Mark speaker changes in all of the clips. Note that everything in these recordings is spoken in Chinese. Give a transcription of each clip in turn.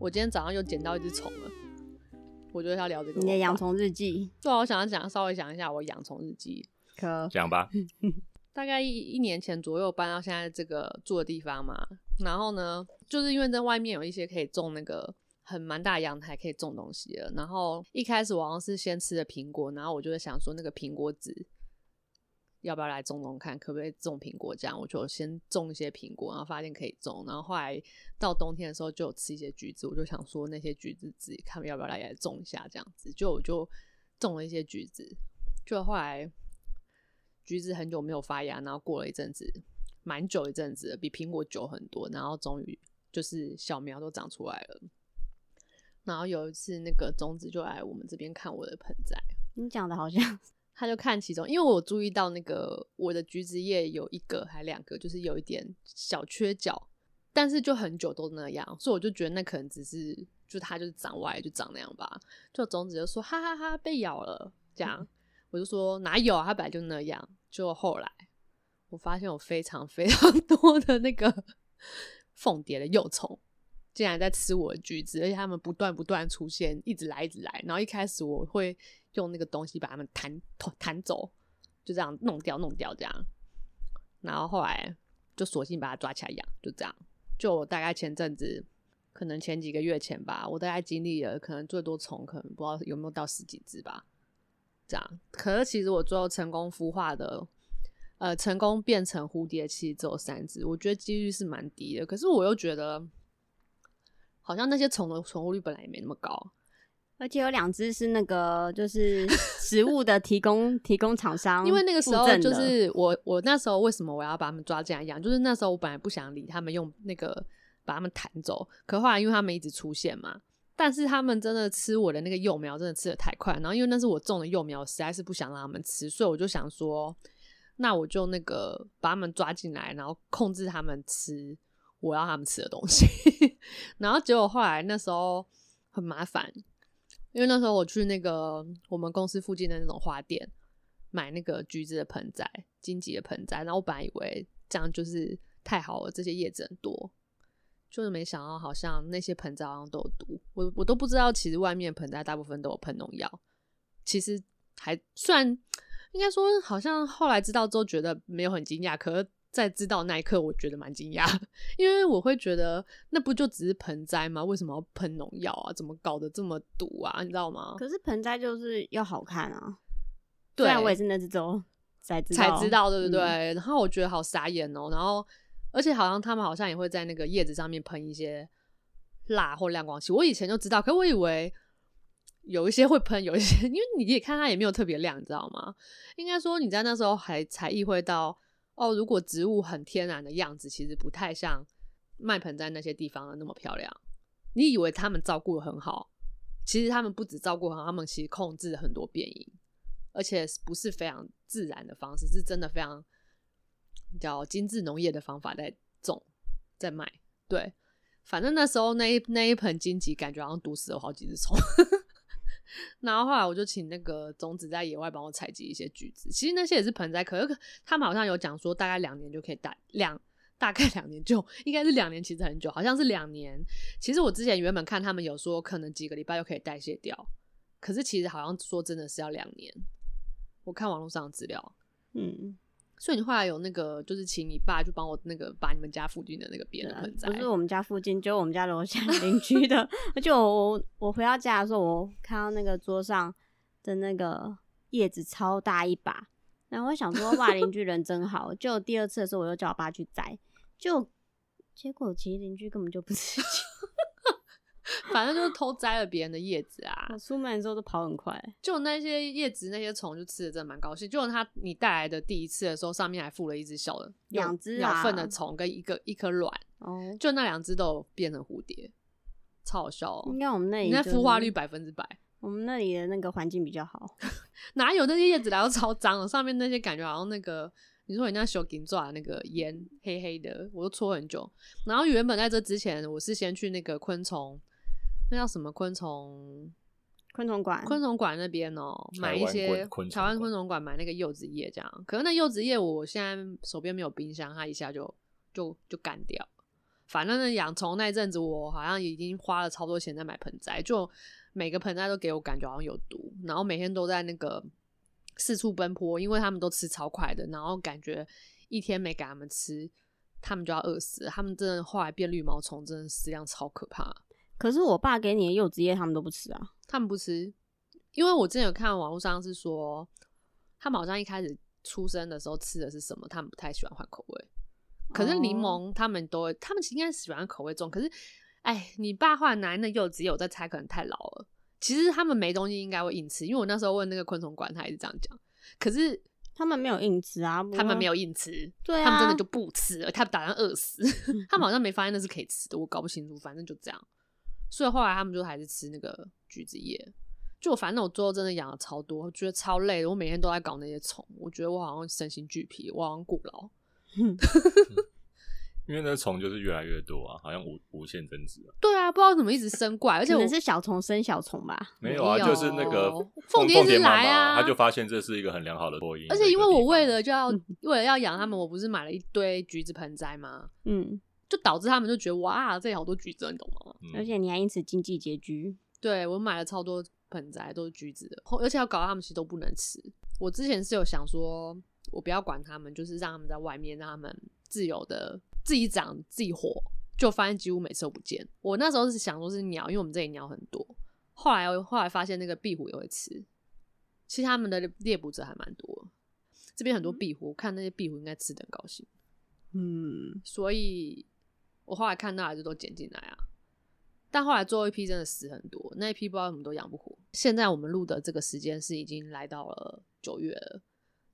Speaker 1: 我今天早上又捡到一只虫了，我觉得要聊这个。
Speaker 2: 你的养？虫日记，
Speaker 1: 对啊，我想要讲，稍微讲一下我养虫日记。
Speaker 2: 可
Speaker 3: 讲吧，
Speaker 1: 嗯大概一一年前左右搬到现在这个住的地方嘛，然后呢，就是因为在外面有一些可以种那个很蛮大的阳台可以种东西的，然后一开始我好像是先吃的苹果，然后我就在想说那个苹果籽要不要来种种看，可不可以种苹果这样，我就先种一些苹果，然后发现可以种，然后后来到冬天的时候就有吃一些橘子，我就想说那些橘子籽看要不要来来种一下这样子，就我就种了一些橘子，就后来橘子很久没有发芽，然后过了一阵子，蛮久一阵子的，比苹果久很多，然后终于就是小苗都长出来了。然后有一次，那个种子就来我们这边看我的盆栽，
Speaker 2: 你讲的好像
Speaker 1: 他就看其中，因为我注意到那个我的橘子叶有一个还两个，就是有一点小缺角，但是就很久都那样，所以我就觉得那可能只是就它就是长歪就长那样吧。就种子就说哈哈哈被咬了这样，我就说哪有啊，它本来就那样。就后来我发现有非常非常多的那个 凤蝶的幼虫。竟然在吃我的橘子，而且它们不断不断出现，一直来一直来。然后一开始我会用那个东西把它们弹弹走，就这样弄掉弄掉这样。然后后来就索性把它抓起来养，就这样。就我大概前阵子，可能前几个月前吧，我大概经历了可能最多虫，可能不知道有没有到十几只吧。这样，可是其实我最后成功孵化的，呃，成功变成蝴蝶，其实只有三只，我觉得几率是蛮低的。可是我又觉得，好像那些虫的存活率本来也没那么高，
Speaker 2: 而且有两只是那个就是食物的提供提供厂商附赠的，
Speaker 1: 因为那个时候就是我我那时候为什么我要把他们抓进来养，就是那时候我本来不想理他们，用那个把他们弹走，可后来因为他们一直出现嘛，但是他们真的吃我的那个幼苗，真的吃的太快，然后因为那是我种的幼苗，我实在是不想让他们吃，所以我就想说，那我就那个把他们抓进来，然后控制他们吃我要他们吃的东西，然后结果后来那时候很麻烦，因为那时候我去那个我们公司附近的那种花店买那个橘子的盆栽、荆棘的盆栽，然后我本来以为这样就是太好了，这些叶子很多，就是没想到好像那些盆栽好像都有毒，我我都不知道，其实外面盆栽大部分都有喷农药，其实还虽然应该说好像后来知道之后觉得没有很惊讶，可是。在知道那一刻，我觉得蛮惊讶，因为我会觉得那不就只是盆栽吗？为什么要喷农药啊？怎么搞得这么毒啊？你知道吗？
Speaker 2: 可是盆栽就是要好看啊，
Speaker 1: 对
Speaker 2: 虽然我也是那只周才知
Speaker 1: 才知道，对不对？
Speaker 2: 嗯
Speaker 1: 然后我觉得好傻眼哦。然后，而且好像他们好像也会在那个叶子上面喷一些蜡或亮光漆。我以前就知道，可我以为有一些会喷，有一些 因为你也看它也没有特别亮，你知道吗？应该说你在那时候还才意会到，哦，如果植物很天然的样子，其实不太像麦盆栽那些地方的那么漂亮。你以为他们照顾的很好，其实他们不止照顾很好，他们其实控制了很多变音，而且不是非常自然的方式，是真的非常叫精致农业的方法在种在卖。对，反正那时候那一那一盆荆棘，感觉好像毒死了好几只虫。 然后后来我就请那个种子在野外帮我采集一些橘子，其实那些也是盆栽，可是他们好像有讲说大概两年就可以大两。大概两年就应该是两年，其实很久，好像是两年。其实我之前原本看他们有说可能几个礼拜就可以代谢掉，可是其实好像说真的是要两年。我看网络上的资料，
Speaker 2: 嗯，
Speaker 1: 所以你后来有那个，就是请你爸就帮我那个把你们家附近的那个别
Speaker 2: 对
Speaker 1: 的
Speaker 2: 啊
Speaker 1: 盆栽，
Speaker 2: 不是我们家附近，就我们家楼下 邻居的。而且我我我回到家的时候，我看到那个桌上的那个叶子超大一把，然后我想说哇，邻居人真好。就第二次的时候，我又叫我爸去摘，就结果其实邻居根本就 不知情。
Speaker 1: 反正就是偷摘了别人的叶子啊。
Speaker 2: 我出门的时候都跑很快，
Speaker 1: 就那些叶子那些虫就吃的真的蛮高兴。就它你带来的第一次的时候，上面还附了一只小的
Speaker 2: 两
Speaker 1: 用
Speaker 2: 只啊
Speaker 1: 鸟粪的虫跟一个一颗卵，
Speaker 2: 哦，
Speaker 1: 就那两只都有变成蝴蝶，超好笑哦
Speaker 2: 应！该我们那里
Speaker 1: 你那
Speaker 2: 就是
Speaker 1: 孵化率，百分之百，
Speaker 2: 我们那里的那个环境比较好。
Speaker 1: 哪有那些叶子来都超脏的？上面那些感觉好像那个，你说人家修金抓的那个烟黑黑的，我都搓很久。然后原本在这之前，我是先去那个昆虫，那叫什么昆虫
Speaker 2: 昆虫馆，
Speaker 1: 昆虫馆那边哦、买一
Speaker 3: 台
Speaker 1: 些
Speaker 3: 湾昆
Speaker 1: 台湾
Speaker 3: 昆虫馆
Speaker 1: 昆虫馆买那个柚子叶这样。可是那柚子叶我现在手边没有冰箱，它一下就就就干掉。反正那养虫那一阵子，我好像已经花了超多钱在买盆栽，就每个盆栽都给我感觉好像有毒，然后每天都在那个四处奔波，因为他们都吃超快的，然后感觉一天没给他们吃，他们就要饿死了。他们真的后来变绿毛虫，真的食量超可怕。
Speaker 2: 可是我爸给你的柚子叶他们都不吃啊，
Speaker 1: 他们不吃，因为我之前有看网络上是说，他们好像一开始出生的时候吃的是什么，他们不太喜欢换口味。可是柠
Speaker 2: 哦
Speaker 1: 檬他们都会，他们应该喜欢口味重。可是，哎，你爸换来那柚子叶，我在猜可能太老了。其实他们没东西应该会硬吃，因为我那时候问那个昆虫馆，他也是这样讲。可是
Speaker 2: 他们没有硬吃啊，
Speaker 1: 他们没
Speaker 2: 有，
Speaker 1: 有硬吃，
Speaker 2: 对啊，
Speaker 1: 他们真的就不吃了，他们打算饿死。 他们好像没发现那是可以吃的，我搞不清楚，反正就这样。所以后来他们就还是吃那个橘子叶。就我反正我最后真的养了超多，我觉得超累的，我每天都在搞那些虫，我觉得我好像身心俱疲，我好像过劳。
Speaker 3: 因为那虫就是越来越多啊，好像无无限增值啊。
Speaker 1: 对啊，不知道怎么一直生怪，而
Speaker 2: 而
Speaker 1: 且
Speaker 2: 且
Speaker 1: 我
Speaker 2: 是小虫生小虫吧，
Speaker 3: 没有啊，
Speaker 1: 没有
Speaker 3: 就是那个
Speaker 1: 凤蝶一直
Speaker 3: 妈妈
Speaker 1: 来啊
Speaker 3: 他就发现这是一个很良好的播音。
Speaker 1: 而且因为我为
Speaker 3: 了，
Speaker 1: 了就要为了要养它们，我不是买了一堆橘子盆栽吗？
Speaker 2: 嗯，
Speaker 1: 就导致他们就觉得哇，这里好多橘子，你懂吗？
Speaker 3: 嗯
Speaker 2: 而且你还因此经济拮据，
Speaker 1: 对我买了超多盆栽，都是橘子的，后而且要搞到他们其实都不能吃。我之前是有想说，我不要管他们，就是让他们在外面，让他们自由的自己长自己活，就发现几乎每次都不见。我那时候是想说是鸟，因为我们这里鸟很多。后来我后来发现那个壁虎也会吃，其实他们的猎捕者还蛮多的。这边很多壁虎，我看那些壁虎应该吃的很高兴，
Speaker 2: 嗯，
Speaker 1: 所以我后来看到还是都捡进来啊。但后来最后一批真的死很多，那一批不知道怎么都养不活。现在我们录的这个时间是已经来到了九月了，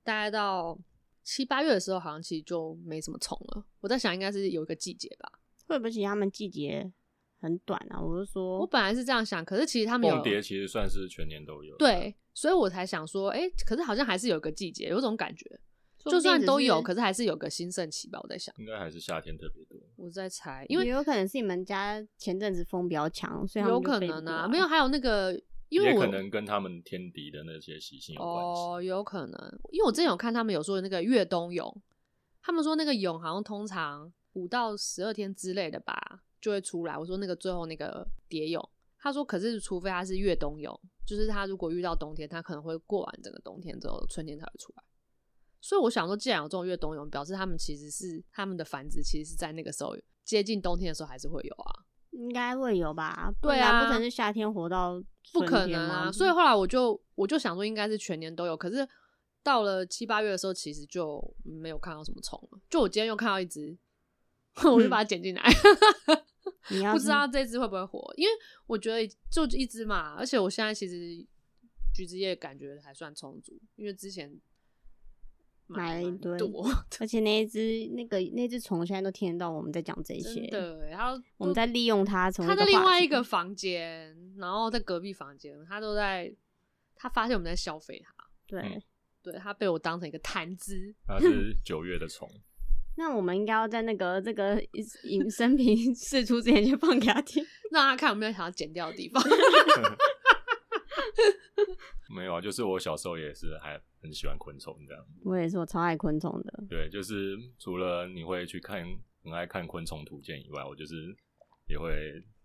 Speaker 1: 大概到七八月的时候，好像其实就没什么虫了。我在想，应该是有一个季节吧。
Speaker 2: 会不会其实他们季节很短啊？我就说
Speaker 1: 我本来是这样想，可是其实他们有
Speaker 3: 凤蝶其实算是全年都有。，
Speaker 1: 对，所以我才想说，哎、可是好像还是有个季节，有种感觉，
Speaker 2: 说不
Speaker 1: 就
Speaker 2: 定
Speaker 1: 算
Speaker 2: 只
Speaker 1: 都有，
Speaker 2: 是
Speaker 1: 可是还是有个兴盛期吧。我在想，
Speaker 3: 应该还是夏天特别多。
Speaker 1: 我在猜，因为
Speaker 2: 也有可能是你们家前阵子风比较强，所以他们
Speaker 1: 有
Speaker 2: 就
Speaker 1: 可
Speaker 2: 飞不
Speaker 1: 能啊，
Speaker 2: 过
Speaker 1: 没有，还有那个，因为
Speaker 3: 也
Speaker 1: 我
Speaker 3: 可能跟他们天敌的那些习性有关系。
Speaker 1: 哦，有可能，因为我之前有看他们有说那个越冬蛹，他们说那个蛹好像通常五到十二天之类的吧就会出来。我说那个最后那个蝶蛹，他说可是除非它是越冬蛹，就是它如果遇到冬天，它可能会过完整个冬天之后，春天才会出来。所以我想说，既然有这种越冬蛹，表示他们其实是他们的繁殖，其实是在那个时候接近冬天的时候还是会有啊。
Speaker 2: 应该会有吧？不
Speaker 1: 对
Speaker 2: 然
Speaker 1: 啊
Speaker 2: 不可能是夏天活到
Speaker 1: 不可
Speaker 2: 春天
Speaker 1: 能啊！
Speaker 2: 吗嗯
Speaker 1: 所以后来我就我就想说，应该是全年都有。可是到了七八月的时候，其实就没有看到什么虫了。就我今天又看到一只， 我就
Speaker 2: 嗯
Speaker 1: 把它捡进来，
Speaker 2: 你要
Speaker 1: 不
Speaker 2: 是
Speaker 1: 知道这只会不会活，因为我觉得就一只嘛。而且我现在其实橘子叶感觉还算充足，因为之前
Speaker 2: 买了一
Speaker 1: 蛮
Speaker 2: 堆
Speaker 1: 多
Speaker 2: 而且那一只那个那只虫现在都听得到我们在讲这些
Speaker 1: 真，的欸。然后
Speaker 2: 我们在利用它从
Speaker 1: 他在另
Speaker 2: 话
Speaker 1: 外一
Speaker 2: 题
Speaker 1: 个房间，然后在隔壁房间，他都在他发现我们在消费他。
Speaker 2: 对
Speaker 3: 嗯。
Speaker 1: 对他被我当成一个谈资，
Speaker 3: 它 是九月的虫，
Speaker 2: 那我们应该要在那个这个影生平试出之前就放给他听。
Speaker 1: 让他看有没有想要剪掉的地 方。
Speaker 3: 没有啊，就是我小时候也是还很喜欢昆虫这样。
Speaker 2: 我也是，我超爱昆虫的。
Speaker 3: 对，就是除了你会去看很爱看昆虫图鉴以外，我就是也会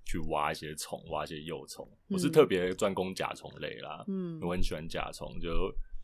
Speaker 3: 去挖一些虫，挖一些幼虫。我是
Speaker 1: 嗯
Speaker 3: 特别专攻甲虫类啦，
Speaker 1: 嗯
Speaker 3: 我很喜欢甲虫，就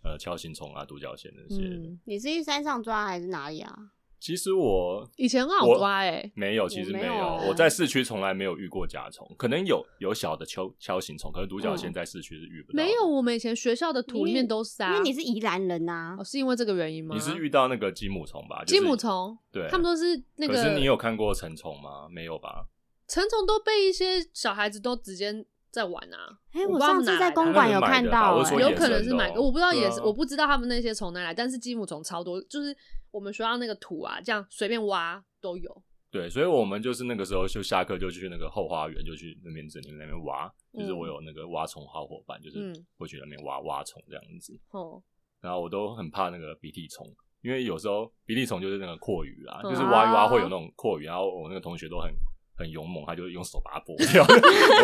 Speaker 3: 呃锹形虫啊、独角仙那些。
Speaker 1: 嗯，
Speaker 2: 你是去山上抓还是哪里啊？
Speaker 3: 其实我
Speaker 1: 以前很好
Speaker 3: 我
Speaker 1: 抓欸
Speaker 3: 没有，其实
Speaker 2: 没
Speaker 3: 没有，
Speaker 2: 有
Speaker 1: 啊
Speaker 3: 我在市区从来没有遇过甲虫，可能有有小的锹锹形虫，可是独角仙
Speaker 2: 嗯
Speaker 3: 在市区是遇不到的。
Speaker 1: 没有，我们以前学校的图里面都是啊。
Speaker 2: 因为你是宜兰人啊呐、
Speaker 1: 哦，是因为这个原因吗？
Speaker 3: 你是遇到那个金母虫吧？就是
Speaker 1: 金母，虫，
Speaker 3: 对，
Speaker 1: 他们都是那个。
Speaker 3: 可是你有看过成虫吗？没有吧？
Speaker 1: 成虫都被一些小孩子都直接在玩啊，
Speaker 2: 哎、
Speaker 1: 我不
Speaker 2: 我
Speaker 1: 知道
Speaker 2: 上
Speaker 1: 哪
Speaker 2: 次
Speaker 1: 来
Speaker 2: 在
Speaker 1: 的
Speaker 2: 公
Speaker 1: 啊
Speaker 2: 馆
Speaker 3: 那
Speaker 2: 有
Speaker 3: 是买
Speaker 2: 看
Speaker 3: 的吧
Speaker 2: 到、
Speaker 3: 我是
Speaker 2: 哎
Speaker 3: 说
Speaker 1: 有
Speaker 3: 野
Speaker 1: 可能
Speaker 3: 生
Speaker 1: 是
Speaker 3: 的
Speaker 1: 买
Speaker 3: 哦
Speaker 1: 个，我不知道
Speaker 3: 对
Speaker 1: 也
Speaker 3: 啊
Speaker 1: 是，我不知道他们那些从哪来，但是金母虫超多，就是我们学校那个土啊，这样随便挖都有。
Speaker 3: 对，所以我们就是那个时候就下课就去那个后花园，就去那边整天在那边挖，就是
Speaker 1: 嗯
Speaker 3: 我有那个挖虫好伙伴，就是
Speaker 1: 嗯
Speaker 3: 会去那边挖挖虫这样子。
Speaker 1: 哦，
Speaker 3: 然后我都很怕那个鼻涕虫，因为有时候鼻涕虫就是那个阔鱼啦，就是
Speaker 1: 嗯
Speaker 3: 挖一挖
Speaker 2: 啊
Speaker 3: 会有那种阔鱼，然后我那个同学都很很勇猛，他就用手把它剥掉，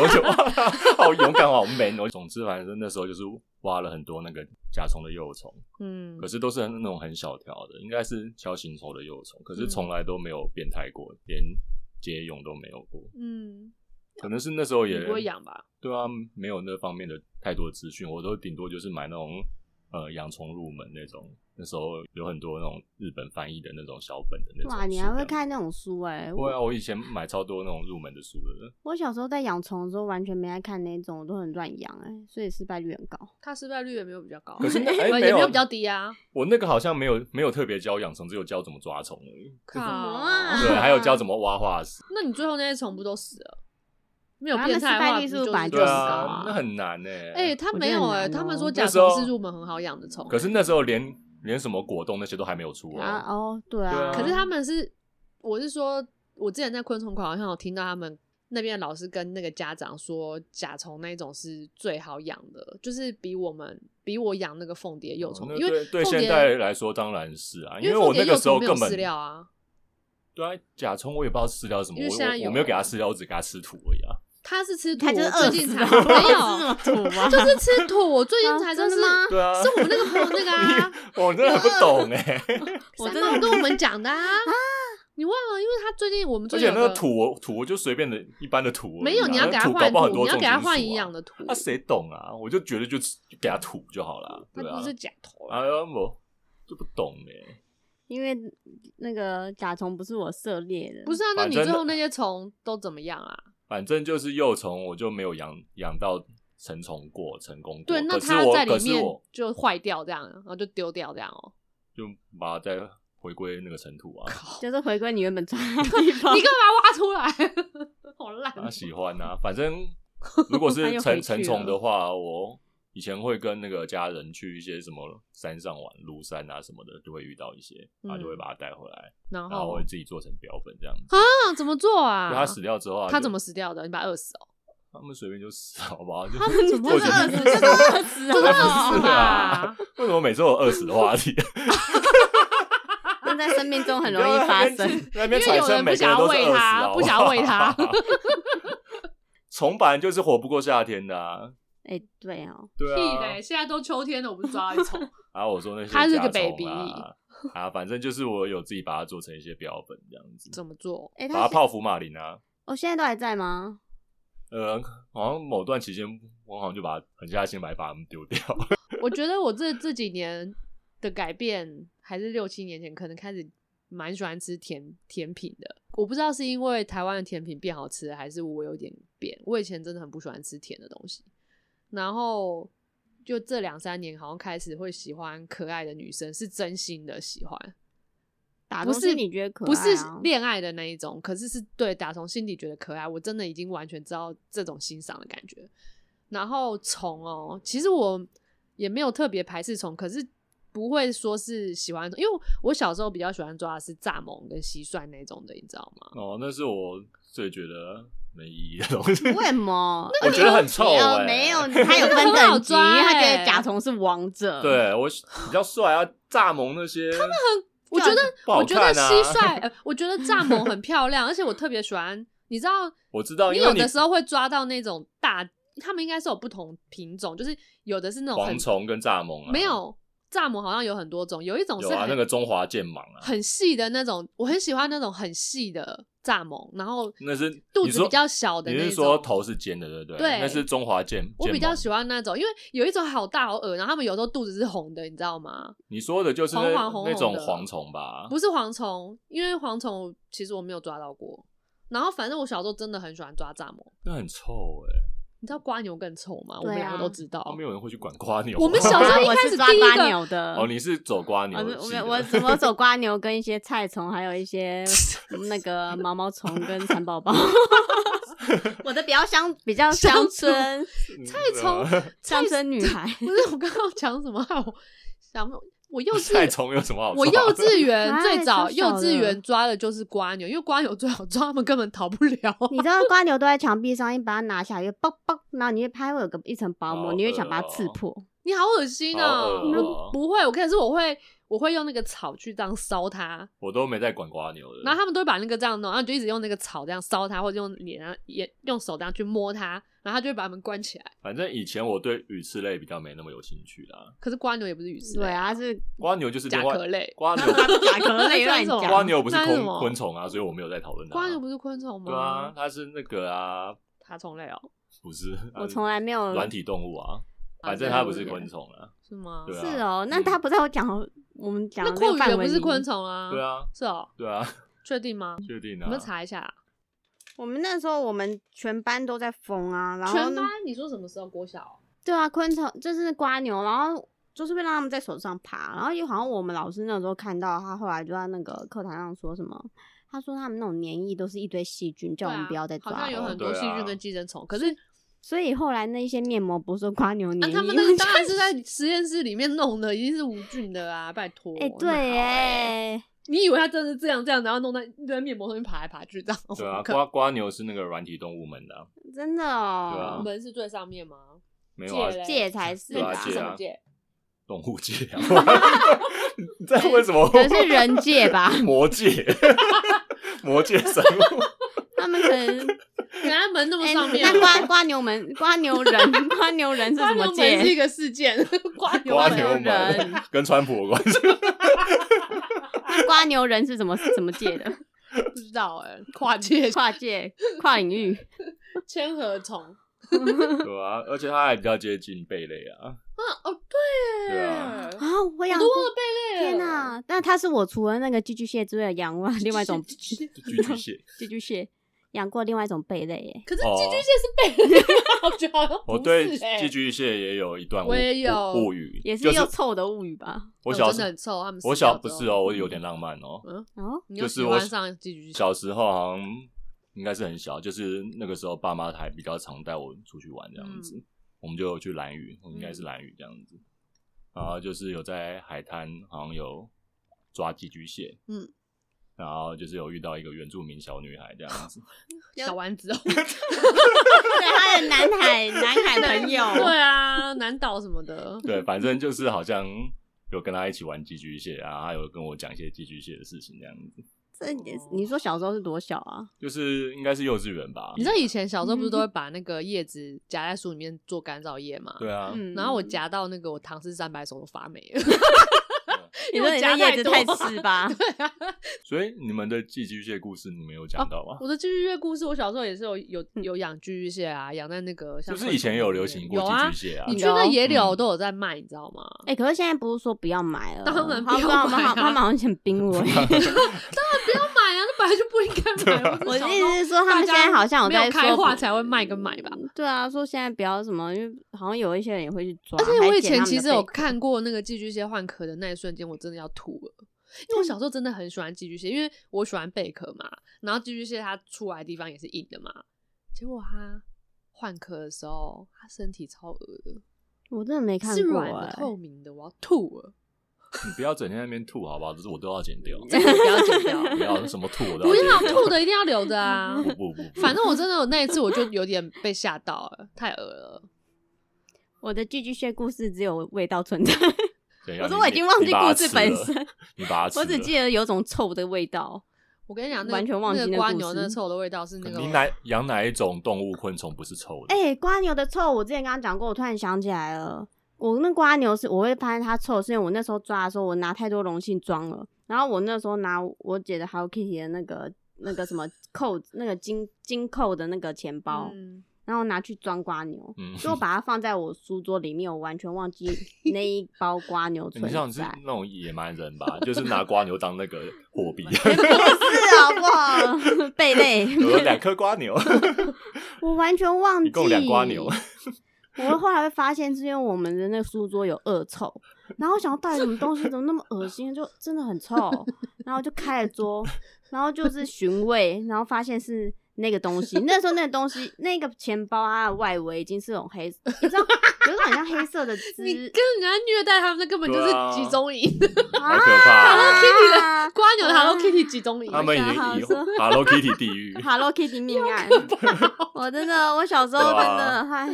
Speaker 3: 我就觉得哇，好勇敢，好 man 哦。总之，反正那时候就是挖了很多那个甲虫的幼虫，
Speaker 1: 嗯
Speaker 3: 可，是都是那种很小条的，应该是锹形虫的幼虫，可是
Speaker 1: 嗯
Speaker 3: 从来都没有变态过，连接蛹都没有过，
Speaker 1: 嗯，
Speaker 3: 可能是那时候也
Speaker 1: 你不会养吧？
Speaker 3: 对啊，没有那方面的太多资讯，我都顶多就是买那种呃养虫入门那种。那时候有很多那种日本翻译的那种小本的那种。
Speaker 2: 哇，你还会？看那种书哎、
Speaker 3: 会啊，
Speaker 2: 我
Speaker 3: 我以前买超多那种入门的书的。
Speaker 2: 我小时候在养虫的时候完全没爱看那种，我都很乱养哎、所以失败率很高。
Speaker 1: 它失败率也没有比较高，
Speaker 3: 可是那哎
Speaker 1: 也
Speaker 3: 没有
Speaker 1: 没有比较低啊。
Speaker 3: 我那个好像没有没有特别教养虫，只有教怎么抓虫而已。
Speaker 1: 靠，
Speaker 2: 啊
Speaker 3: 对，还有教怎么挖化石。
Speaker 1: 那你最后那些虫不都死了？没有
Speaker 2: 啊那
Speaker 1: 变态的
Speaker 2: 失败
Speaker 1: 话，
Speaker 2: 率
Speaker 1: 不
Speaker 2: 是
Speaker 1: 就
Speaker 2: 不是本来
Speaker 1: 是
Speaker 2: 就
Speaker 3: 对
Speaker 1: 很高
Speaker 2: 很高
Speaker 3: 啊
Speaker 2: 啊，
Speaker 3: 那很难呢、欸。
Speaker 1: 哎，他
Speaker 2: 我觉得
Speaker 1: 没有
Speaker 2: 很
Speaker 1: 哎、
Speaker 2: 难
Speaker 1: 他们
Speaker 2: 哦
Speaker 1: 说
Speaker 2: 那
Speaker 1: 甲
Speaker 3: 时
Speaker 1: 虫
Speaker 3: 候
Speaker 1: 是入门很好养的虫，
Speaker 3: 可是那时候连连什么果冻那些都还没有出哦、
Speaker 2: 啊哦，对
Speaker 3: 对
Speaker 2: 啊
Speaker 3: 啊，
Speaker 1: 欸可是他们是，我是说，我之前在昆虫馆好像有听到他们那边的老师跟那个家长说，甲虫那一种是最好养的，就是比我们比我养那个凤蝶幼虫，
Speaker 3: 哦那
Speaker 1: 因为
Speaker 3: 对对
Speaker 1: 凤蝶
Speaker 3: 现在来说当然是啊，
Speaker 1: 因
Speaker 3: 因为
Speaker 1: 凤
Speaker 3: 我
Speaker 1: 蝶
Speaker 3: 那
Speaker 1: 幼
Speaker 3: 个时
Speaker 1: 虫
Speaker 3: 候
Speaker 1: 没有
Speaker 3: 根本
Speaker 1: 饲料啊，
Speaker 3: 对啊，甲虫我也不知道饲料是什么，
Speaker 1: 因为
Speaker 3: 我
Speaker 1: 现在有
Speaker 3: 我我没有给它饲料，我只给它吃土而已啊。
Speaker 1: 它是吃土，
Speaker 2: 他就是
Speaker 1: 我最
Speaker 2: 饿
Speaker 1: 近
Speaker 2: 死
Speaker 1: 才
Speaker 2: 了，
Speaker 1: 没
Speaker 2: 是什
Speaker 1: 有
Speaker 2: 么，土啊 吗？
Speaker 1: 就是吃土，我最近才
Speaker 2: 啊
Speaker 1: 真
Speaker 2: 真
Speaker 1: 是
Speaker 2: 的吗
Speaker 3: 对啊，
Speaker 1: 是我们那个朋友那个 啊，
Speaker 3: 哦我真的很不 懂哎、
Speaker 2: 我
Speaker 1: 三
Speaker 2: 真的
Speaker 1: 毛跟我们 讲的啊，你忘了，因为他最近我们
Speaker 3: 而
Speaker 1: 最近
Speaker 3: 且
Speaker 1: 有
Speaker 3: 那个土我土我哦就随便的一般的土而已啊，
Speaker 1: 没有，你要给
Speaker 3: 那
Speaker 1: 它
Speaker 3: 土
Speaker 1: 换
Speaker 3: 搞不好很
Speaker 1: 土，
Speaker 3: 多
Speaker 1: 你要
Speaker 3: 种
Speaker 1: 给它
Speaker 3: 金属
Speaker 1: 换
Speaker 3: 啊
Speaker 1: 营养，的土，
Speaker 3: 那、谁懂啊？我就觉得就吃给它土就好了，
Speaker 1: 它
Speaker 3: 对啊
Speaker 1: 不，是假头
Speaker 3: 啊我就不懂哎、
Speaker 2: 因为那个甲虫不是我涉猎的，
Speaker 1: 不是啊，那
Speaker 3: 反
Speaker 1: 你
Speaker 3: 正
Speaker 1: 最后那些虫都怎么样啊？
Speaker 3: 反正就是幼虫我就没有养养到成虫过，成功过。
Speaker 1: 对，那
Speaker 3: 可是
Speaker 1: 它
Speaker 3: 我
Speaker 1: 在里
Speaker 3: 可是
Speaker 1: 面
Speaker 3: 我
Speaker 1: 就坏掉这 样，然后就丢掉这样哦。
Speaker 3: 就把它再回归那个尘土啊。
Speaker 2: 就是回归你原本抓的 地方
Speaker 1: 你。干嘛挖出来？ 好烂哦、
Speaker 3: 他喜欢呐、反正如果
Speaker 2: 他
Speaker 3: 是
Speaker 2: 又
Speaker 3: 成
Speaker 2: 回去
Speaker 3: 成
Speaker 2: 了
Speaker 3: 虫的话，我以前会跟那个家人去一些什么山上玩，庐山啊什么的，就会遇到一些，
Speaker 1: 嗯哦
Speaker 3: 然后就会把它带回来，
Speaker 1: 然
Speaker 3: 然后
Speaker 1: 后
Speaker 3: 会自己做成标本这样子。
Speaker 1: 啊，怎么做啊？
Speaker 3: 就它死掉之后啊，
Speaker 1: 它
Speaker 3: 就
Speaker 1: 怎么？死掉的？你把它饿死 哦、
Speaker 3: 他们随便就死，好不好？就
Speaker 1: 他们怎么
Speaker 3: 我觉得
Speaker 1: 饿死这
Speaker 2: 个 饿死啊
Speaker 3: 这个不
Speaker 1: 这
Speaker 3: 是
Speaker 1: 个饿死吧
Speaker 3: 啊？为什么每次都有饿死的 话题？
Speaker 2: 那在生命中很容易发生。
Speaker 3: 在那
Speaker 1: 因
Speaker 3: 边
Speaker 1: 为
Speaker 3: 揣
Speaker 1: 有
Speaker 3: 测
Speaker 1: 人不
Speaker 3: 每个
Speaker 1: 想
Speaker 3: 人
Speaker 1: 要
Speaker 3: 都是
Speaker 1: 喂
Speaker 3: 饿死
Speaker 1: 它，
Speaker 3: 啊，
Speaker 1: 不想要喂它
Speaker 3: 好。不好。 虫本来就是活不过夏天的啊，
Speaker 2: 哎、对哦，
Speaker 3: 对
Speaker 1: 屁
Speaker 3: 啊。
Speaker 1: 嘞！现在都秋天了，我不是抓一虫。
Speaker 3: 然后我说那些
Speaker 1: 他是个
Speaker 3: 甲虫
Speaker 1: baby
Speaker 3: 啊，啊，反正就是我有自己把它做成一些标本这样子，
Speaker 1: 怎么做？
Speaker 2: 哎、
Speaker 3: 把它
Speaker 2: 他
Speaker 3: 泡福马林啊，
Speaker 2: 我、哦、现在都还在吗？
Speaker 3: 呃，好像某段期间我好像就把它狠下心来把它们丢掉，
Speaker 1: 我觉得我这这几年的改变，还是六七年前，可能开始蛮喜欢吃甜甜品的。我不知道是因为台湾的甜品变好吃了，还是我有点变。我以前真的很不喜欢吃甜的东西，然后就这两三年好像开始会喜欢可爱的女生，是真心的喜欢，
Speaker 2: 打
Speaker 1: 不
Speaker 2: 都
Speaker 1: 是
Speaker 2: 你觉得可爱、
Speaker 1: 不
Speaker 2: 啊，
Speaker 1: 是恋爱的那一种，可是是对打从心底觉得可爱。我真的已经完全知道这种欣赏的感觉。然后虫哦，其实我也没有特别排斥虫，可是不会说是喜欢虫，因为我小时候比较喜欢抓的是蚱蜢跟蟋蟀那种的，你知道吗？
Speaker 3: 哦，那是我最觉得没意义的东西，
Speaker 2: 为什么？
Speaker 3: 我觉得很臭
Speaker 2: 没有
Speaker 3: 哎
Speaker 2: 没 有，他有分
Speaker 1: 很好
Speaker 2: 等级，
Speaker 1: 抓
Speaker 2: 他觉
Speaker 1: 哎
Speaker 2: 得甲虫是王者。，
Speaker 3: 对我比较帅啊，蚱蜢那些，他们很
Speaker 1: 我觉得，
Speaker 3: 不好
Speaker 1: 我觉得
Speaker 3: 看啊
Speaker 1: 蟋 蟀，呃，我觉得蚱蜢很漂亮，而且我特别喜欢，你知道，
Speaker 3: 我知道，
Speaker 1: 你
Speaker 3: 因为
Speaker 1: 有
Speaker 3: 你
Speaker 1: 的时候会抓到那种大，他们应该是有不同品种，就是有的是那种很
Speaker 3: 蝗虫跟蚱蜢啊，
Speaker 1: 没有，蚱蜢好像有很多种，有一种是
Speaker 3: 有
Speaker 1: 很、
Speaker 3: 啊，那个中华剑蟒啊，
Speaker 1: 很细的那种，我很喜欢那种很细的蚱蜢，然后
Speaker 3: 那是
Speaker 1: 肚
Speaker 3: 你
Speaker 1: 子
Speaker 3: 说
Speaker 1: 比较小的
Speaker 3: 你
Speaker 1: 那种。
Speaker 3: 是说头是尖的对不对？
Speaker 1: 对
Speaker 3: 那是中华剑，
Speaker 1: 我比较
Speaker 3: 剑蟒
Speaker 1: 喜欢那种，因为有一种好大好恶，然后他们有时候肚子是红的，你知道吗？
Speaker 3: 你说的就是那
Speaker 1: 黄黄红红
Speaker 3: 那种
Speaker 1: 的
Speaker 3: 蝗虫吧？
Speaker 1: 不是蝗虫，因为蝗虫其实我没有抓到过。然后反正我小时候真的很喜欢抓蚱蜢，
Speaker 3: 那很臭哎、欸，
Speaker 1: 你知道瓜牛更臭吗？我
Speaker 2: 对
Speaker 1: 们两个
Speaker 2: 啊
Speaker 1: 都知道。
Speaker 3: 啊，没有人会去管瓜牛。
Speaker 1: 我们小时候一啊
Speaker 2: 我
Speaker 1: 开始
Speaker 2: 是抓
Speaker 1: 第一个
Speaker 2: 瓜牛的。
Speaker 3: 哦，你是走瓜牛
Speaker 2: 我
Speaker 3: 系
Speaker 2: 是
Speaker 3: 的，
Speaker 2: 我没有 我怎么走瓜牛跟一些菜虫，还有一些那个毛毛虫跟蚕宝 宝。我的比较乡比较乡村
Speaker 1: 菜
Speaker 3: 嗯
Speaker 1: 虫
Speaker 3: 啊
Speaker 2: 乡村女孩，
Speaker 1: 不是我刚刚讲什么？害我想我幼稚
Speaker 3: 菜虫有什么好？啊
Speaker 1: 我幼稚园
Speaker 2: 哎
Speaker 1: 最早
Speaker 2: 超
Speaker 1: 幼
Speaker 2: 小
Speaker 1: 稚园
Speaker 2: 的
Speaker 1: 抓的就是瓜牛，因为瓜牛最好抓，他们根本逃不了。
Speaker 2: 你知道瓜牛都在墙壁上，一把它拿下来就嘣嘣，然后你会拍会有个一层薄
Speaker 3: 好
Speaker 2: 膜，你会想把
Speaker 3: 恶
Speaker 2: 它
Speaker 3: 哦
Speaker 2: 刺破。
Speaker 1: 你好恶心
Speaker 3: 好
Speaker 1: 哦！
Speaker 3: 恶
Speaker 1: 我
Speaker 3: 哦
Speaker 1: 不会，我可是我会，我会用那个草去这样烧它，
Speaker 3: 我都没在管瓜牛的。
Speaker 1: 然后他们都会把那个这样弄，然后你就一直用那个草这样烧它，或者用脸啊、也用手这样去摸它，然后它就会把它们关起来。
Speaker 3: 反正以前我对鱼翅类比较没那么有兴趣啦。
Speaker 1: 可是瓜牛也不是哦鱼翅类
Speaker 2: 对啊，是
Speaker 3: 瓜牛就是
Speaker 1: 甲
Speaker 3: 另外
Speaker 1: 壳类
Speaker 3: 瓜 牛
Speaker 2: 甲壳类
Speaker 1: 那是
Speaker 2: 乱
Speaker 1: 什么
Speaker 2: 讲，
Speaker 3: 瓜牛不是
Speaker 1: 那是什
Speaker 3: 昆
Speaker 1: 么
Speaker 3: 昆虫啊，所以我没有在讨论它。
Speaker 1: 瓜牛不是昆虫吗？
Speaker 3: 对啊，它是那个啊，
Speaker 1: 爬虫类哦、
Speaker 3: 不是，它
Speaker 2: 我
Speaker 3: 是
Speaker 2: 从来没有
Speaker 3: 软体动物啊，
Speaker 1: 啊
Speaker 3: 反正它不是昆虫啊。
Speaker 1: 是吗？
Speaker 3: 对啊
Speaker 2: 是哦，那他不在我讲我们讲
Speaker 1: 那
Speaker 2: 的那
Speaker 1: 阔
Speaker 2: 个
Speaker 1: 鱼也
Speaker 2: 范围
Speaker 1: 不是
Speaker 2: 里
Speaker 1: 昆虫啊。
Speaker 3: 对，啊，
Speaker 1: 是哦、
Speaker 3: 对啊，
Speaker 1: 确定吗？
Speaker 3: 确定
Speaker 1: 我
Speaker 3: 啊。
Speaker 1: 们查一下啊。
Speaker 2: 我们那时候我们全班都在疯啊，然后
Speaker 1: 全班，你说什么时候国小哦、
Speaker 2: 对啊，昆虫就是瓜牛，然后就是会让他们在手上爬，然后又好像我们老师那时候看到他后来就在那个课堂上说什么，他说他们那种粘液都是一堆细菌，叫我们不要再
Speaker 1: 对啊
Speaker 2: 抓
Speaker 1: 好像有
Speaker 2: 了。
Speaker 1: 很
Speaker 3: 哦
Speaker 1: 多细菌跟寄生虫，可是
Speaker 2: 所以后来那一些面膜不是说瓜牛粘
Speaker 1: 那、
Speaker 2: 液，
Speaker 1: 啊他们那 个当然是在 实验室里面弄的，一定是无菌的啊！拜托，
Speaker 2: 哎、
Speaker 1: 那
Speaker 2: 对
Speaker 1: 好欸
Speaker 2: 哎，
Speaker 1: 你以为他真的是这样这样，然后弄在在面膜上面爬来爬去这样？
Speaker 3: 对啊，
Speaker 1: 可
Speaker 3: 瓜瓜牛是那个软体动物门的啊，
Speaker 2: 真的哦
Speaker 1: 我，们是最上面吗？
Speaker 3: 没有啊
Speaker 1: 借，嘞
Speaker 2: 戒才是
Speaker 3: 对啊
Speaker 2: 吧？
Speaker 1: 是
Speaker 3: 戒
Speaker 1: 什
Speaker 3: 啊
Speaker 1: 么界？
Speaker 3: 动物界啊。 你在问什么？，
Speaker 2: 可
Speaker 1: 哎
Speaker 2: 能是人界吧
Speaker 3: 魔界，魔界生物。
Speaker 2: 他们可 能
Speaker 1: 人家门那么
Speaker 2: 哎
Speaker 1: 上面啊，
Speaker 2: 那瓜瓜牛门、瓜牛人、瓜牛人是
Speaker 1: 瓜
Speaker 2: 什么
Speaker 1: 牛门是一
Speaker 2: 界？
Speaker 1: 个事件， 瓜牛
Speaker 3: 瓜
Speaker 1: 门
Speaker 3: 牛门
Speaker 2: 人
Speaker 3: 跟川普有关系，
Speaker 2: 瓜牛人是怎么怎么界的？
Speaker 1: 不知道哎、跨界
Speaker 2: 跨界、跨领域。
Speaker 1: 千合虫。
Speaker 3: 对啊，而且它还比较接近贝类啊，
Speaker 1: 啊哦，对
Speaker 3: 对
Speaker 1: 耶，
Speaker 3: 啊
Speaker 2: 啊，我养
Speaker 1: 我
Speaker 2: 过
Speaker 1: 都忘了贝类了。
Speaker 2: 天哪、那它是我除了那个寄居蟹之外的养过另外一 种
Speaker 1: 寄居蟹
Speaker 3: 寄居 蟹。
Speaker 2: 寄居蟹，养过另外一种贝类耶。
Speaker 1: 可是
Speaker 3: 哦
Speaker 1: 寄居蟹是贝类吗，我觉得好像不
Speaker 3: 我对
Speaker 1: 是欸
Speaker 3: 寄居蟹也有一段物
Speaker 1: 我也有
Speaker 3: 物物语，
Speaker 2: 也
Speaker 3: 就是
Speaker 2: 又臭的物语吧？
Speaker 3: 我
Speaker 1: 哦
Speaker 3: 小
Speaker 1: 真
Speaker 3: 时
Speaker 1: 的很嗯臭，他们
Speaker 3: 我
Speaker 1: 死掉
Speaker 3: 小不
Speaker 1: 之
Speaker 3: 是
Speaker 1: 后嗯
Speaker 3: 哦，我有点浪漫哦。
Speaker 2: 哦，
Speaker 1: 你
Speaker 3: 就
Speaker 1: 有
Speaker 3: 是
Speaker 1: 喜
Speaker 3: 我
Speaker 1: 欢上寄居蟹？
Speaker 3: 小时候好像应该是很小，就是那个时候爸妈还比较常带我出去玩这样
Speaker 1: 嗯
Speaker 3: 子，我们就去蓝屿，我应该是蓝屿这样子，然后就是有在海滩好像有抓寄居蟹，
Speaker 1: 嗯，
Speaker 3: 然后就是有遇到一个原住民小女孩这样 子，
Speaker 1: 小丸子 哦，
Speaker 2: 对，他的南海南 海朋友，
Speaker 1: 对啊，南岛什么 的，
Speaker 3: 对，反正就是好像有跟她一起玩寄居蟹啊，她有跟我讲一些寄居蟹的事情这样子，
Speaker 2: 这你说小时候是多小啊？
Speaker 3: 就是应该是幼稚园吧，
Speaker 1: 你知道以前小时候不是都会把那个叶子夹在书里面做干燥叶吗？
Speaker 3: 对啊，
Speaker 2: 嗯
Speaker 1: 然后我，夹到那个我唐氏三百手都发霉了，
Speaker 2: 你
Speaker 1: 因
Speaker 2: 说
Speaker 1: 为我
Speaker 2: 你
Speaker 1: 夹
Speaker 2: 的叶子
Speaker 1: 多
Speaker 2: 太 吃吧？
Speaker 3: 所以你们的寄居蟹故事你们有讲到吗？
Speaker 1: 我的寄居蟹故事，我小时候也是有有
Speaker 2: 嗯
Speaker 1: 有养寄居蟹啊，养在那个像
Speaker 3: 就是以前有流行过
Speaker 1: 有啊
Speaker 3: 寄居，蟹啊，
Speaker 1: 你去那野
Speaker 3: 有
Speaker 1: 柳都有在卖，你知道吗？
Speaker 2: 哎、可是现在不是说不要买了，
Speaker 1: 当然不
Speaker 2: 他
Speaker 1: 要
Speaker 2: 们他们
Speaker 1: 买啊
Speaker 2: 好他们好像很冰我。
Speaker 1: 不要买啊，那本来就不应该买。
Speaker 2: 我
Speaker 1: 只
Speaker 2: 的
Speaker 1: 想
Speaker 2: 意
Speaker 1: 说
Speaker 2: 思是说，他们现
Speaker 1: 大家
Speaker 2: 在好像有
Speaker 1: 没有
Speaker 2: 在说
Speaker 1: 开化
Speaker 2: 不
Speaker 1: 才会卖跟买吧。
Speaker 2: 对啊，说现在不要什么，因为好像有一些人也会去抓。
Speaker 1: 而且我以前其实有
Speaker 2: 还
Speaker 1: 看过那个寄居蟹换壳的那一瞬间，我真的要吐了。因为我小时候真的很喜欢寄居蟹，因为我喜欢贝壳嘛，然后寄居蟹它出来的地方也是硬的嘛，结果它换壳的时候，它身体超恶的，
Speaker 2: 捡他们的贝我真的没看
Speaker 1: 是
Speaker 2: 过、
Speaker 1: 软的、
Speaker 2: 欸。
Speaker 1: 透明的，我要吐了，
Speaker 3: 你不要整天在那边吐，好不好？这是我都要剪掉，
Speaker 1: 真的不要剪掉，
Speaker 3: 不要什么吐我都
Speaker 1: 不要
Speaker 3: 要剪掉。
Speaker 1: 吐的一定要留着啊！
Speaker 3: 不不不不，
Speaker 1: 反正我真的有那一次，我就有点被吓到了，太恶了。
Speaker 2: 我的寄居蟹故事只有味道存在，
Speaker 3: 怎 样
Speaker 2: 我说
Speaker 3: 你
Speaker 2: 我已经忘记
Speaker 3: 你把它
Speaker 2: 故事
Speaker 3: 吃
Speaker 2: 本
Speaker 3: 了
Speaker 2: 身，
Speaker 3: 你把它吃 了，
Speaker 2: 我只记得有种臭的味道。
Speaker 1: 我跟你讲，那
Speaker 2: 完全忘记
Speaker 1: 那
Speaker 2: 那
Speaker 1: 个
Speaker 2: 个
Speaker 1: 瓜
Speaker 2: 故
Speaker 1: 牛那
Speaker 2: 事
Speaker 1: 臭的味道是那个
Speaker 3: 你哪养哪一种动物昆虫不是臭的？
Speaker 2: 哎、瓜牛的臭，我之前刚刚讲过，我突然想起来了。我那瓜牛是我会发现它臭，是因为我那时候抓的时候，我拿太多容器装了。然后我那时候拿我姐的 Hello Kitty 的那个那个什 么扣子，那个金金扣的那个钱包，
Speaker 1: 嗯
Speaker 2: 然后拿去装瓜牛，
Speaker 3: 嗯，
Speaker 2: 所以我把它放在我书桌里面，我完全忘记那一包瓜牛存
Speaker 3: 你像是
Speaker 2: 在。
Speaker 3: 那种野蛮人吧，就是拿瓜牛当那个货币，
Speaker 2: 是好不好？ 贝类，
Speaker 3: 有两颗瓜牛，
Speaker 2: 我完全忘记。
Speaker 3: 一共两瓜牛。
Speaker 2: 我后来会发现，是因为我们的那个书桌有恶臭，然后我想到底什么东西怎么那么恶心，就真的很臭，然后就开了桌，然后就是寻味，然后发现是那个东西。那时候那个东西，那个钱包它的外围已经是那种黑，你知道，有种很像黑色的汁
Speaker 1: 你跟人家虐待他们，那根本就是
Speaker 3: 对啊
Speaker 1: 集中营。
Speaker 3: 好可怕！
Speaker 2: 啊
Speaker 1: 瓜牛的 Hello Kitty 集中营，
Speaker 3: 他们已经
Speaker 2: 好
Speaker 3: 以
Speaker 2: 说
Speaker 3: Hello Kitty 地狱，
Speaker 2: Hello Kitty 命案， 我真的，我小时候真
Speaker 3: 啊
Speaker 2: 的，嗨，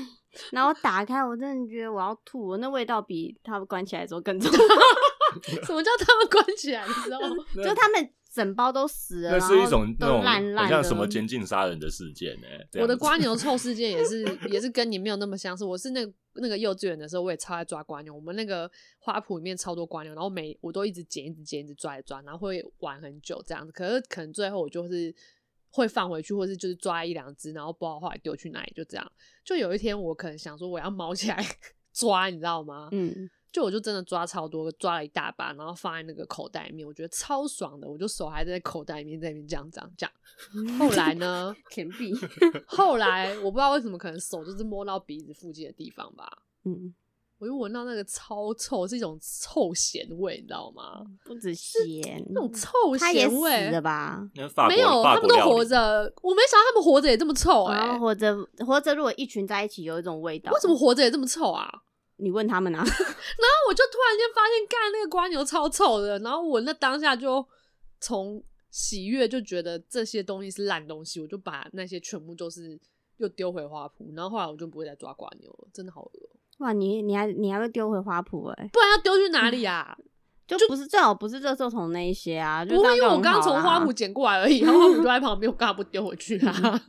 Speaker 2: 然后打开，我真的觉得我要吐，那味道比它关起来之后更重。
Speaker 1: 什么叫他们关起来的时候？
Speaker 3: 那
Speaker 2: 就他们整包都死了，
Speaker 3: 那是一种那
Speaker 2: 然后
Speaker 3: 种
Speaker 2: 都烂烂
Speaker 3: 很
Speaker 2: 的，
Speaker 3: 像什么监禁杀人的事件呢、这样
Speaker 1: 我的
Speaker 3: 子
Speaker 1: 瓜 牛臭事件也是也是跟你没有那么相似。我是那那个幼稚园的时候，我也超爱抓瓜牛。我们那个花圃里面超多瓜牛，然后每我都一直捡，一直捡，一直抓，一直抓，然后会玩很久这样子。可是可能最后我就是会放回去，或是就是抓一两只，然后不知道后来丢去哪里，就这样。就有一天我可能想说我要猫起来 抓，你知道吗？
Speaker 2: 嗯，
Speaker 1: 就我就真的抓超多，抓了一大把，然后放在那个口袋里面，我觉得超爽的，我就手还在口袋里面在那边这样这样这样。 后来呢，
Speaker 2: 舔壁，
Speaker 1: 后来我不知道为什么，可能手就是摸到鼻子附近的地方吧，
Speaker 2: 嗯，
Speaker 1: 我就闻到那个超臭，是一种臭咸味，你知道吗？
Speaker 2: 不止咸，
Speaker 1: 那种臭
Speaker 2: 嗯他也
Speaker 1: 咸
Speaker 2: 死
Speaker 1: 味
Speaker 2: 了吧？
Speaker 3: 那法国
Speaker 1: 没有，
Speaker 3: 法
Speaker 1: 他们
Speaker 3: 国
Speaker 1: 都
Speaker 3: 料理
Speaker 1: 活着。我没想到他们活着也这么臭哎、
Speaker 2: 然后活着活着，如果一群在一起，有一种味道。
Speaker 1: 为什么？活着也这么臭啊？
Speaker 2: 你问他们啊？
Speaker 1: 然后我就突然间发现，干那个瓜牛超臭的。然后我那当下就从喜悦就觉得这些东西是烂东西，我就把那些全部都是又丢回花圃。然后后来我就不会再抓瓜牛了，真的好恶。哦
Speaker 2: 哇，你你还你还会丢回花圃哎、
Speaker 1: 不然要丢去哪里啊？
Speaker 2: 就不是最好不是热搜桶那一些啊，就
Speaker 1: 不会，因为我
Speaker 2: 刚
Speaker 1: 刚
Speaker 2: 刚
Speaker 1: 刚从花圃捡过来而已，然后花圃就在旁边，我干嘛不丢回去啊？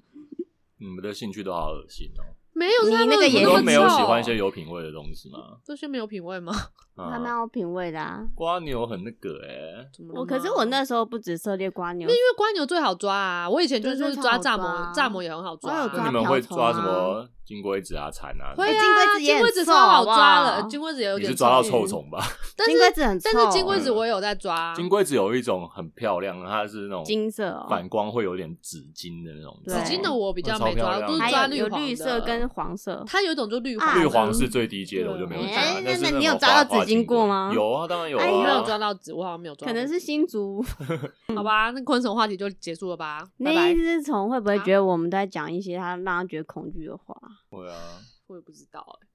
Speaker 3: 你们的兴趣都好恶心哦、
Speaker 1: 没有，是他们
Speaker 2: 嗯你那个
Speaker 1: 怎么
Speaker 2: 也是
Speaker 3: 你
Speaker 1: 那
Speaker 3: 都
Speaker 1: 么
Speaker 3: 没有喜
Speaker 1: 臭
Speaker 3: 欢一些有品味的东西吗？
Speaker 1: 这些没有品味吗？
Speaker 2: 还
Speaker 3: 啊
Speaker 1: 嗯
Speaker 2: 蛮有品味的啊。
Speaker 3: 瓜牛很那个哎、
Speaker 1: 怎么了吗
Speaker 2: 我可是我那时候不止涉猎瓜
Speaker 1: 因，
Speaker 2: 牛
Speaker 1: 为瓜牛最好抓啊，我以前就是
Speaker 2: 对
Speaker 1: 说
Speaker 2: 这
Speaker 1: 抓
Speaker 2: 超
Speaker 1: 蚱
Speaker 2: 好抓
Speaker 1: 蜢，
Speaker 2: 啊
Speaker 1: 蚱蜢也很好抓
Speaker 2: 我有
Speaker 1: 啊。
Speaker 3: 那你们
Speaker 2: 瓢
Speaker 3: 会
Speaker 2: 虫
Speaker 3: 抓什
Speaker 2: 啊
Speaker 3: 么金龟子啊、蚕啊？
Speaker 1: 会
Speaker 2: 哎
Speaker 1: 啊，
Speaker 2: 金龟子也很
Speaker 1: 子
Speaker 2: 臭
Speaker 1: 超好抓
Speaker 2: 好不
Speaker 1: 的，
Speaker 2: 好
Speaker 1: 金龟子也有
Speaker 3: 你
Speaker 1: 点
Speaker 3: 是抓到
Speaker 1: 嗯
Speaker 3: 臭虫吧？
Speaker 1: 但
Speaker 2: 金
Speaker 1: 是
Speaker 2: 龟子很臭，欸
Speaker 1: 但是金龟子
Speaker 3: 嗯
Speaker 1: 我也有在抓，啊
Speaker 3: 金龟子有一种很漂亮，它是那种
Speaker 2: 金色哦
Speaker 3: 反光会有点紫金的那种。
Speaker 2: 紫
Speaker 1: 紫金的我比较没抓，
Speaker 3: 那超漂亮
Speaker 1: 我都是
Speaker 2: 还
Speaker 1: 抓
Speaker 2: 有有
Speaker 1: 黄
Speaker 2: 绿
Speaker 1: 绿
Speaker 2: 色跟黄色，
Speaker 1: 它有一种就绿
Speaker 2: 啊
Speaker 3: 绿
Speaker 1: 的
Speaker 3: 黄是最低阶的，
Speaker 1: 对
Speaker 3: 我就没有
Speaker 1: 哎
Speaker 3: 抓。
Speaker 2: 那
Speaker 3: 但是
Speaker 2: 那你
Speaker 3: 种
Speaker 2: 有抓
Speaker 3: 花
Speaker 2: 到紫金过吗
Speaker 3: 有啊，当然有啊。
Speaker 2: 哎
Speaker 1: 我
Speaker 2: 呦
Speaker 1: 没有抓到纸，我好像没有抓到
Speaker 2: 可
Speaker 1: 纸，
Speaker 2: 能是新竹。
Speaker 1: 好吧。那昆虫话题就结束了吧，拜
Speaker 2: 那
Speaker 1: 拜
Speaker 2: 一。只虫会不会
Speaker 1: 啊
Speaker 2: 觉得我们都在讲一些他让他觉得恐惧的话？
Speaker 3: 对啊，
Speaker 1: 我也不知道哎，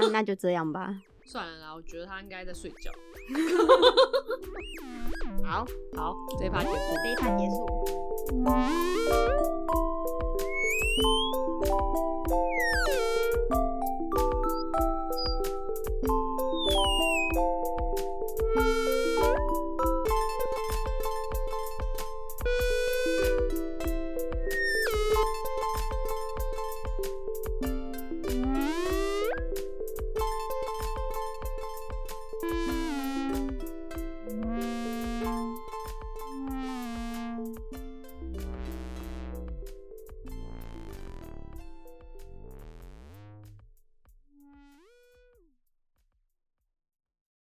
Speaker 2: 那那就这样吧。
Speaker 1: 算了啦，我觉得它应该在睡觉。
Speaker 2: 好，
Speaker 1: 好，这一趴结束。
Speaker 2: 这一趴结束。